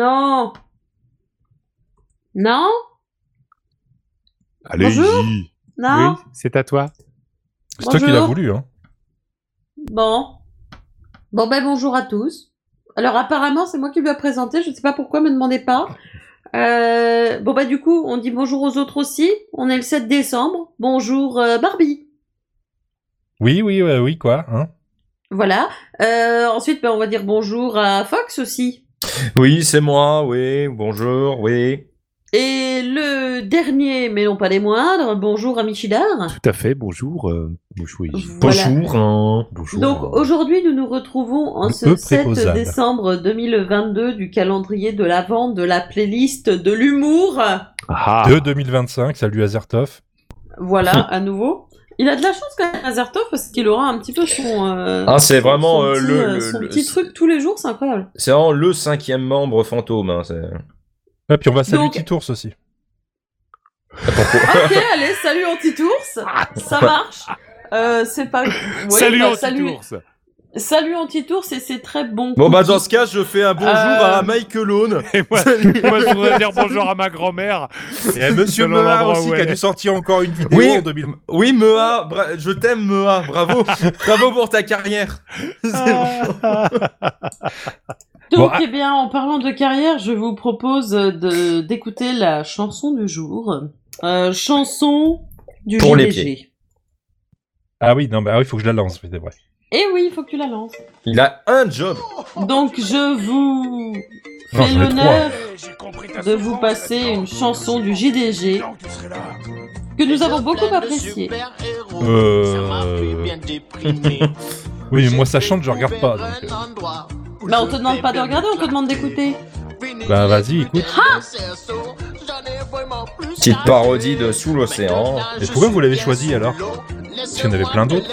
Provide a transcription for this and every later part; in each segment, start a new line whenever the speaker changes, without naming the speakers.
Non Non
Allez-y.
Non
Oui, c'est à toi.
Hein Bonjour.
C'est toi qui l'as voulu, hein.
Bon. Bon ben bonjour à tous. Alors apparemment c'est moi qui dois présenter, je ne sais pas pourquoi, me demandez pas. Euh, bon bah du coup on dit bonjour aux autres aussi. On est le 7 décembre. Bonjour euh, Barbie.
Oui, oui, ouais, oui, quoi, hein.
Voilà. Euh, ensuite ben, on va dire bonjour à Fox aussi.
Oui, c'est moi, oui, bonjour, oui.
Et le dernier, mais non pas les moindres, bonjour à Michidar.
Tout à fait, bonjour. euh, bonjour. Iji.
Voilà.
Bonjour, hein.
Bonjour.
Donc
euh,
aujourd'hui, nous nous retrouvons en
Un
ce
peu
7
préposable.
décembre 2022 du calendrier de l'avant de la playlist de l'humour.
ah,
De 2025, salut Azertov.
Voilà, à nouveau. Il a de la chance quand même, Azertov, parce qu'il aura un petit peu son. euh,
Ah, c'est vraiment
son
euh,
petit,
le,
euh,
le-
son
le-
petit truc tous les jours, c'est incroyable.
C'est vraiment le cinquième membre fantôme. Hein, c'est-
Et Ah, puis on va saluer
Donc-
Titours aussi.
ok, allez, salut Antitours, ça marche. Euh, c'est pas. ouais,
Salut,
bah,
on
salut, salut Antitours, et c'est très bon.
Bon, bah, dans ce cas, je fais un bonjour
Euh,
à Michael Owen.
Et moi, moi, je voudrais dire bonjour à ma grand-mère.
Et à Monsieur
Selon
Mea
l'endroit
aussi
où
qui a
elle est.
dû sortir encore une vidéo
Oui.
en 2000.
Oui, Mea, bra- je t'aime, Mea, bravo. bravo pour ta carrière.
Donc,
Bon,
eh bien, en parlant de carrière, je vous propose euh, de d'écouter la chanson du jour. Euh, chanson du
Pour les
JDG.
Ah oui, non, bah ah oui, faut que je la lance, mais c'est vrai.
Eh oui, il faut que tu la lances.
Il a un job.
Donc, je vous
Non,
fais
j'en ai
l'honneur
de
de vous passer une chanson du JDG Ah. que nous avons beaucoup appréciée.
Euh... Oui, mais moi ça chante, je regarde pas. donc, euh.
Bah, on te demande pas de regarder, on te demande d'écouter. Ah
Bah vas-y, écoute.
Petite parodie de Sous l'océan.
Et pourquoi vous l'avez choisi alors
Parce qu'il y en avait plein d'autres.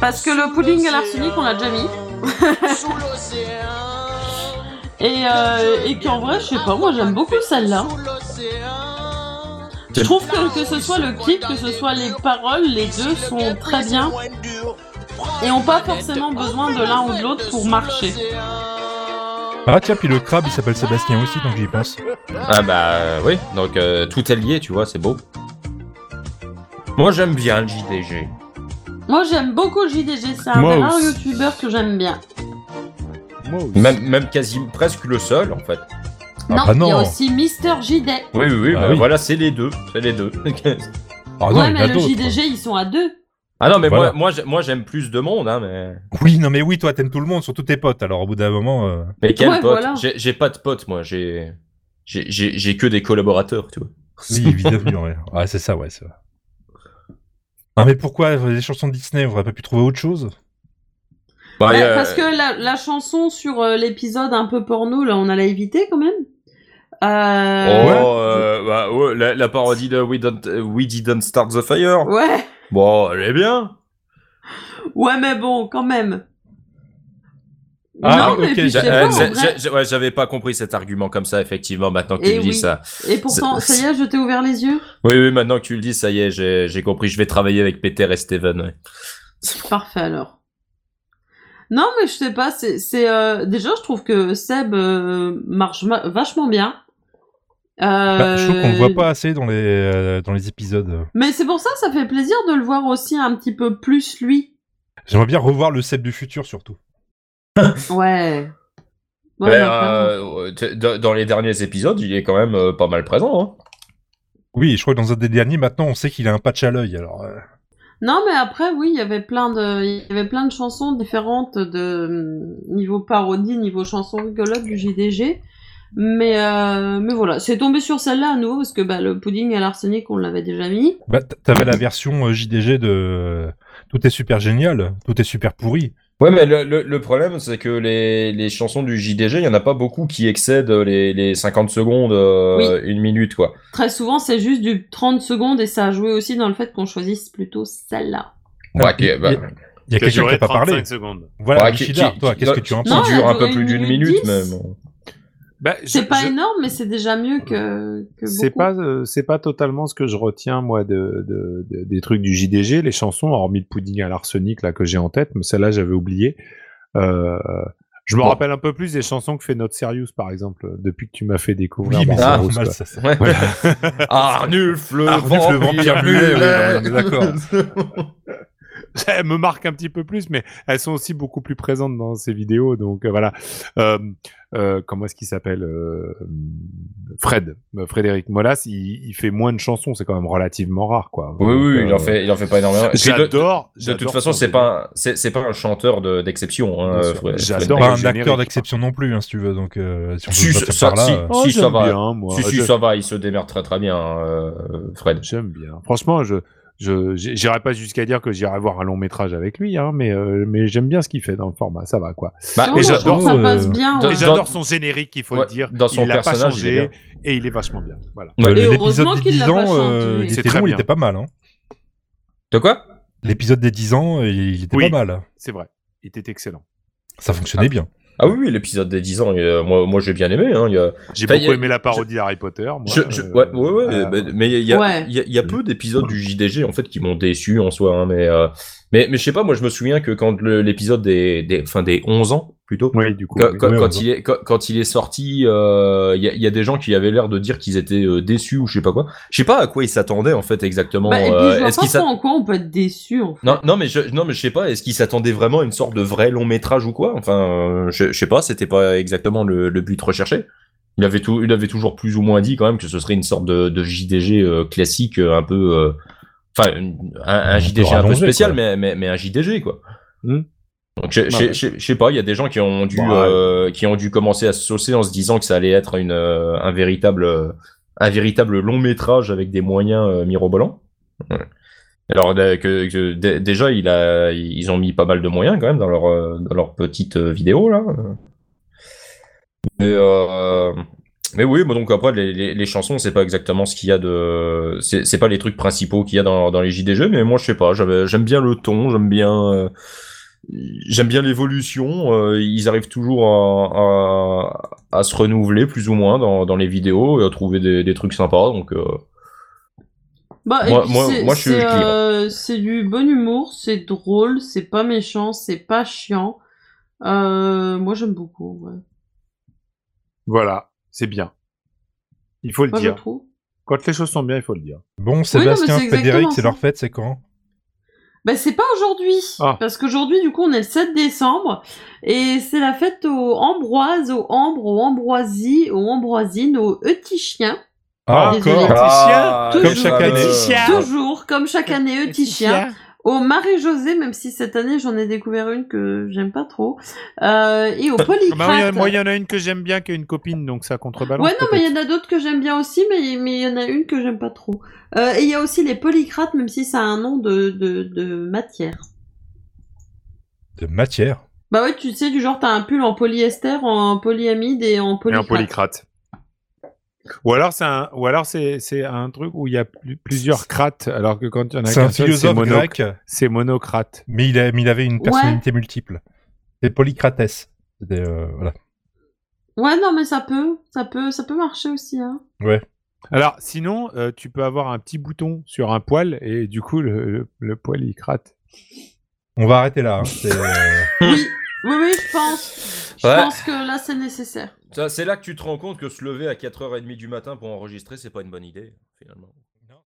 Parce que le pudding à l'arsenic, on l'a déjà mis.
Sous l'océan.
Et, euh, et qu'en vrai, je sais pas, moi j'aime beaucoup celle-là.
Sous l'océan.
Je trouve que que ce soit le clip, que ce soit les paroles, les deux sont très bien. Et ont pas forcément besoin de l'un ou de l'autre pour marcher.
Ah tiens, puis le crabe il s'appelle Sébastien aussi, donc j'y pense.
Ah, bah, oui, donc euh, tout est lié, tu vois, c'est beau. Moi, j'aime bien le JDG.
Moi j'aime beaucoup le JDG, c'est un
Moi
des rares
aussi.
youtubeurs que j'aime bien.
Moi aussi.
Même, même quasi presque le seul, en fait.
Ah
non, il
bah
y a
non.
aussi Mister JD.
Oui, oui, oui,
Ah
bah,
oui.
voilà, c'est les deux. C'est les deux.
Ah
ouais,
non, il y en a
mais le
d'autres.
JDG, ils sont à deux.
ah non, mais
Voilà.
moi, moi, j'ai- moi, j'aime plus de monde, hein, mais.
Oui, non mais oui, toi t'aimes tout le monde, surtout tes potes. Alors au bout d'un moment, euh,
Mais quel
Ouais,
pote
voilà.
J'ai j'ai pas de potes, moi. J'ai j'ai- j'ai j'ai que des collaborateurs, tu vois.
oui, évidemment. ouais, Ouais, c'est ça, ouais, c'est vrai. Ah mais pourquoi euh, les chansons de Disney, on aurait pas pu trouver autre chose Ah,
Bah,
Ouais,
euh,
Parce que la, la chanson sur euh, l'épisode un peu porno, là, on allait éviter quand même. Euh,
Oh, euh, bah, ouais, la, la parodie de We, don't, euh, We Didn't Start the Fire.
Oh.
Ouais.
Bon, elle est bien.
Ouais, mais bon, quand même.
Ah,
non, mais
ok,
puis
j'a-
c'est
J'a- euh,
bon, en
j'a-
vrai.
j'a- ouais, J'avais pas compris cet argument comme ça, effectivement, maintenant que
Eh
tu le dis
oui.
ça.
Et pourtant, ça y est, je t'ai ouvert les yeux.
Oui, oui, maintenant que tu le dis, ça y est, j'ai j'ai compris. Je vais travailler avec Peter et Steven. ouais.
Parfait alors. Non, mais je sais pas, c'est. c'est, euh, Déjà, je trouve que Seb euh, marche ma- vachement bien. Euh,
Bah, Je trouve qu'on le voit pas assez dans les euh, dans les épisodes.
Mais c'est pour ça, ça fait plaisir de le voir aussi un petit peu plus lui.
J'aimerais bien revoir le Seb du futur surtout.
Ouais. Ouais,
Mais,
bah, clairement.
euh, t- dans dans les derniers épisodes, il est quand même euh, pas mal présent. hein.
Oui, je crois que dans un des derniers, maintenant, on sait qu'il a un patch à l'œil. Alors, euh,
Non, mais après, oui, il y avait plein de, il y avait plein de chansons différentes de euh, niveau parodie, niveau chanson rigolote du JDG. Mais, euh, mais voilà, c'est tombé sur celle-là à nouveau parce que bah, le pudding à l'arsenic, on l'avait déjà mis.
bah, t- t'avais la version euh, JDG de euh, Tout est super génial, tout est super pourri.
Ouais, mais le, le- le problème, c'est que les, les chansons du JDG, il y en a pas beaucoup qui excèdent euh, les, les 50 secondes, euh, une minute, quoi.
Très souvent, c'est juste du 30 secondes et ça a joué aussi dans le fait qu'on choisisse plutôt celle-là.
Bah,
Il y
qui-
a,
bah,
il y a quelqu'un qui n'a pas parlé.
secondes.
Voilà,
bah, qui-
Michidar,
qui-
toi,
qui-
qu'est-ce que
qui-
tu en
qui
Non,
penses
dure
elle
un peu
durait
plus
une
d'une
minute
minute,
dix.
même.
Bah, je-
C'est pas
je-
énorme, mais c'est déjà mieux que. que
C'est
beaucoup.
pas, euh, c'est pas totalement ce que je retiens moi de, de- de- des trucs du JDG, les chansons, hormis le pudding à l'arsenic là que j'ai en tête, mais celle-là j'avais oublié. Euh, Je me
Bon.
rappelle un peu plus des chansons que fait Not Serious, par exemple, depuis que tu m'as fait découvrir.
Oui, mais
Barbaros,
c'est
quoi.
normal, ça. ça.
Ouais. Arnulf, le
Arnulf, le vampire muet, ouais,
muet.
on est d'accord.
elles me marquent un petit peu plus, mais elles sont aussi beaucoup plus présentes dans ces vidéos. Donc euh, voilà. Euh, euh, comment est-ce qu'il s'appelle euh, Fred, euh, Frédéric Molas, il, il fait moins de chansons, c'est quand même relativement rare, quoi.
Oui, oui, il en
Euh,
fait, il en fait pas énormément. Et de-
J'adore.
De toute façon, c'est pas, un- c'est c'est pas un chanteur de- d'exception. hein,
Bien sûr.
Fred-
J'adore.
Fred-
Pas
le
un acteur
générique.
d'exception non plus, hein, si tu veux. Donc, euh, si on
Si,
peut passer
ça-
par là,
si.
euh,
Oh,
Si,
j'aime
ça va.
bien, moi.
Si, si,
Je-
ça va, il se démerde très très bien, euh, Fred.
J'aime bien. Franchement, je je j'ai- j'irai pas jusqu'à dire que j'irai voir un long métrage avec lui, hein, mais euh, mais j'aime bien ce qu'il fait dans le format. Ça va, quoi.
Bah,
Non,
et
je
j'adore,
trouve que ça
euh,
passe bien. ouais.
dans-
Et
dans-
J'adore son générique, il faut
ouais,
le dire.
dans son
il l'a pas
personnage, il est Bah,
changé et il est vachement bien. Voilà.
euh,
Et
l'épisode
heureusement
des
qu'il
10
l'a pas
ans, euh,
chanté.
il
C'est
était
très
long, il
bien.
était pas mal. Hein.
De quoi
L'épisode des 10 ans, euh, il était
Oui.
pas mal.
C'est vrai. Il était excellent.
Ça fonctionnait bien.
Ah oui, oui, l'épisode des 10 ans, il, euh, moi, moi j'ai bien aimé. Hein, il y a-
J'ai
Enfin,
beaucoup
il y a-
aimé la parodie d'Harry Potter. Moi,
Je- je-
euh,
ouais, ouais, ouais,
euh,
mais- mais il y a,
Ouais.
il y a- il y a peu d'épisodes du JDG en fait qui m'ont déçu en soi, hein, mais, euh, mais mais je sais pas, moi je me souviens que quand le- l'épisode des, des enfin des 11 ans plutôt,
oui, du coup.
quand,
oui.
quand-
Ouais,
quand
ouais.
il est quand, quand il est sorti, euh, il y, a, il y a des gens qui avaient l'air de dire qu'ils étaient euh, déçus ou je sais pas quoi. Je sais pas à quoi ils s'attendaient en fait exactement.
Bah, et puis,
euh,
je vois
est-ce qu'ils
pas
s'a-
trop en quoi on peut être déçu. en fait.
non, non, mais je, non, mais je sais pas, est-ce qu'ils s'attendaient vraiment à une sorte de vrai long métrage ou quoi Enfin, euh, je, je sais pas, c'était pas exactement le, le but recherché. Il avait, tout, il avait toujours plus ou moins dit quand même que ce serait une sorte de, de JDG euh, classique, euh, un peu. euh, Enfin, une- un, un
Un peu
JDG un peu
rallongé,
spécial,
quoi.
mais, mais, mais un JDG, quoi.
Hmm.
Donc, je, je-
Ouais.
je- je sais pas, il y a des gens qui ont, dû,
Ouais.
euh, qui ont dû commencer à se saucer en se disant que ça allait être une, euh, un, véritable, euh, un véritable long métrage avec des moyens euh, mirobolants. Alors euh, que, que dé- déjà il a, ils ont mis pas mal de moyens quand même dans leur euh, dans leur petite euh, vidéo là. Mais, euh, mais oui, bon, donc après les, les, les chansons c'est pas exactement ce qu'il y a de, c'est c'est pas les trucs principaux qu'il y a dans, dans les JDG, mais moi je sais pas, j'avais- j'aime bien le ton, j'aime bien euh, j'aime bien l'évolution. euh, ils arrivent toujours à, à, à se renouveler plus ou moins dans, dans les vidéos et à trouver des, des trucs sympas donc. euh,
Bah, et
Moi-
puis
moi-
c'est-
moi, je suis
c'est,
client.
euh, c'est du bon humour, c'est drôle, c'est pas méchant, c'est pas chiant. Euh, moi j'aime beaucoup, ouais.
Voilà, c'est bien. Il faut le
Moi je
dire.
trouve.
Quand les choses sont bien, il faut le dire.
Bon,
mais
Sébastien,
c'est exactement
Frédéric,
ça.
c'est leur fête, c'est quand
Bah c'est pas aujourd'hui,
Ah.
parce qu'aujourd'hui du coup on est le 7 décembre et c'est la fête aux Ambroises, aux Ambres, aux Ambroisies, aux Ambroisines, aux Eutychiens.
Ah,
Désolé.
encore
Ah,
comme chaque année.
Ah.
Toujours comme chaque année Eutychiens. Aux Marie-Josée, même si cette année j'en ai découvert une que j'aime pas trop, euh, et aux Polycrates.
Ah bah moi, il y en a une que j'aime bien, qui est une copine, donc ça contrebalance.
Ouais, non, mais il y en a d'autres que j'aime bien aussi, mais mais il y en a une que j'aime pas trop. Euh, et il y a aussi les polycrates, même si ça a un nom de, de, de matière.
De matière.
Bah ouais, tu sais, du genre, t'as un pull en polyester, en polyamide et en
Et un
polycrate.
polycrate. Ou alors c'est un, ou alors c'est, c'est un truc où il y a plus- plusieurs crates, alors que quand il y en a
C'est un
qu'un seul, c'est
philosophe
mono,
grec,
c'est monocrate.
mais il, a- mais il avait une
Ouais.
personnalité multiple. C'est Polycrates. C'était, euh, voilà.
Ouais, non, mais ça peut, ça peut, ça peut marcher aussi, hein.
Alors sinon, euh, tu peux avoir un petit bouton sur un poil et du coup le, le, le poil il crate.
On va arrêter là. hein. C'est, euh,
Oui, oui, oui, je pense. Je
Ouais.
pense que là, c'est nécessaire.
Ça, c'est là que tu te rends compte que se lever à 4h30 du matin pour enregistrer, c'est pas une bonne idée, finalement.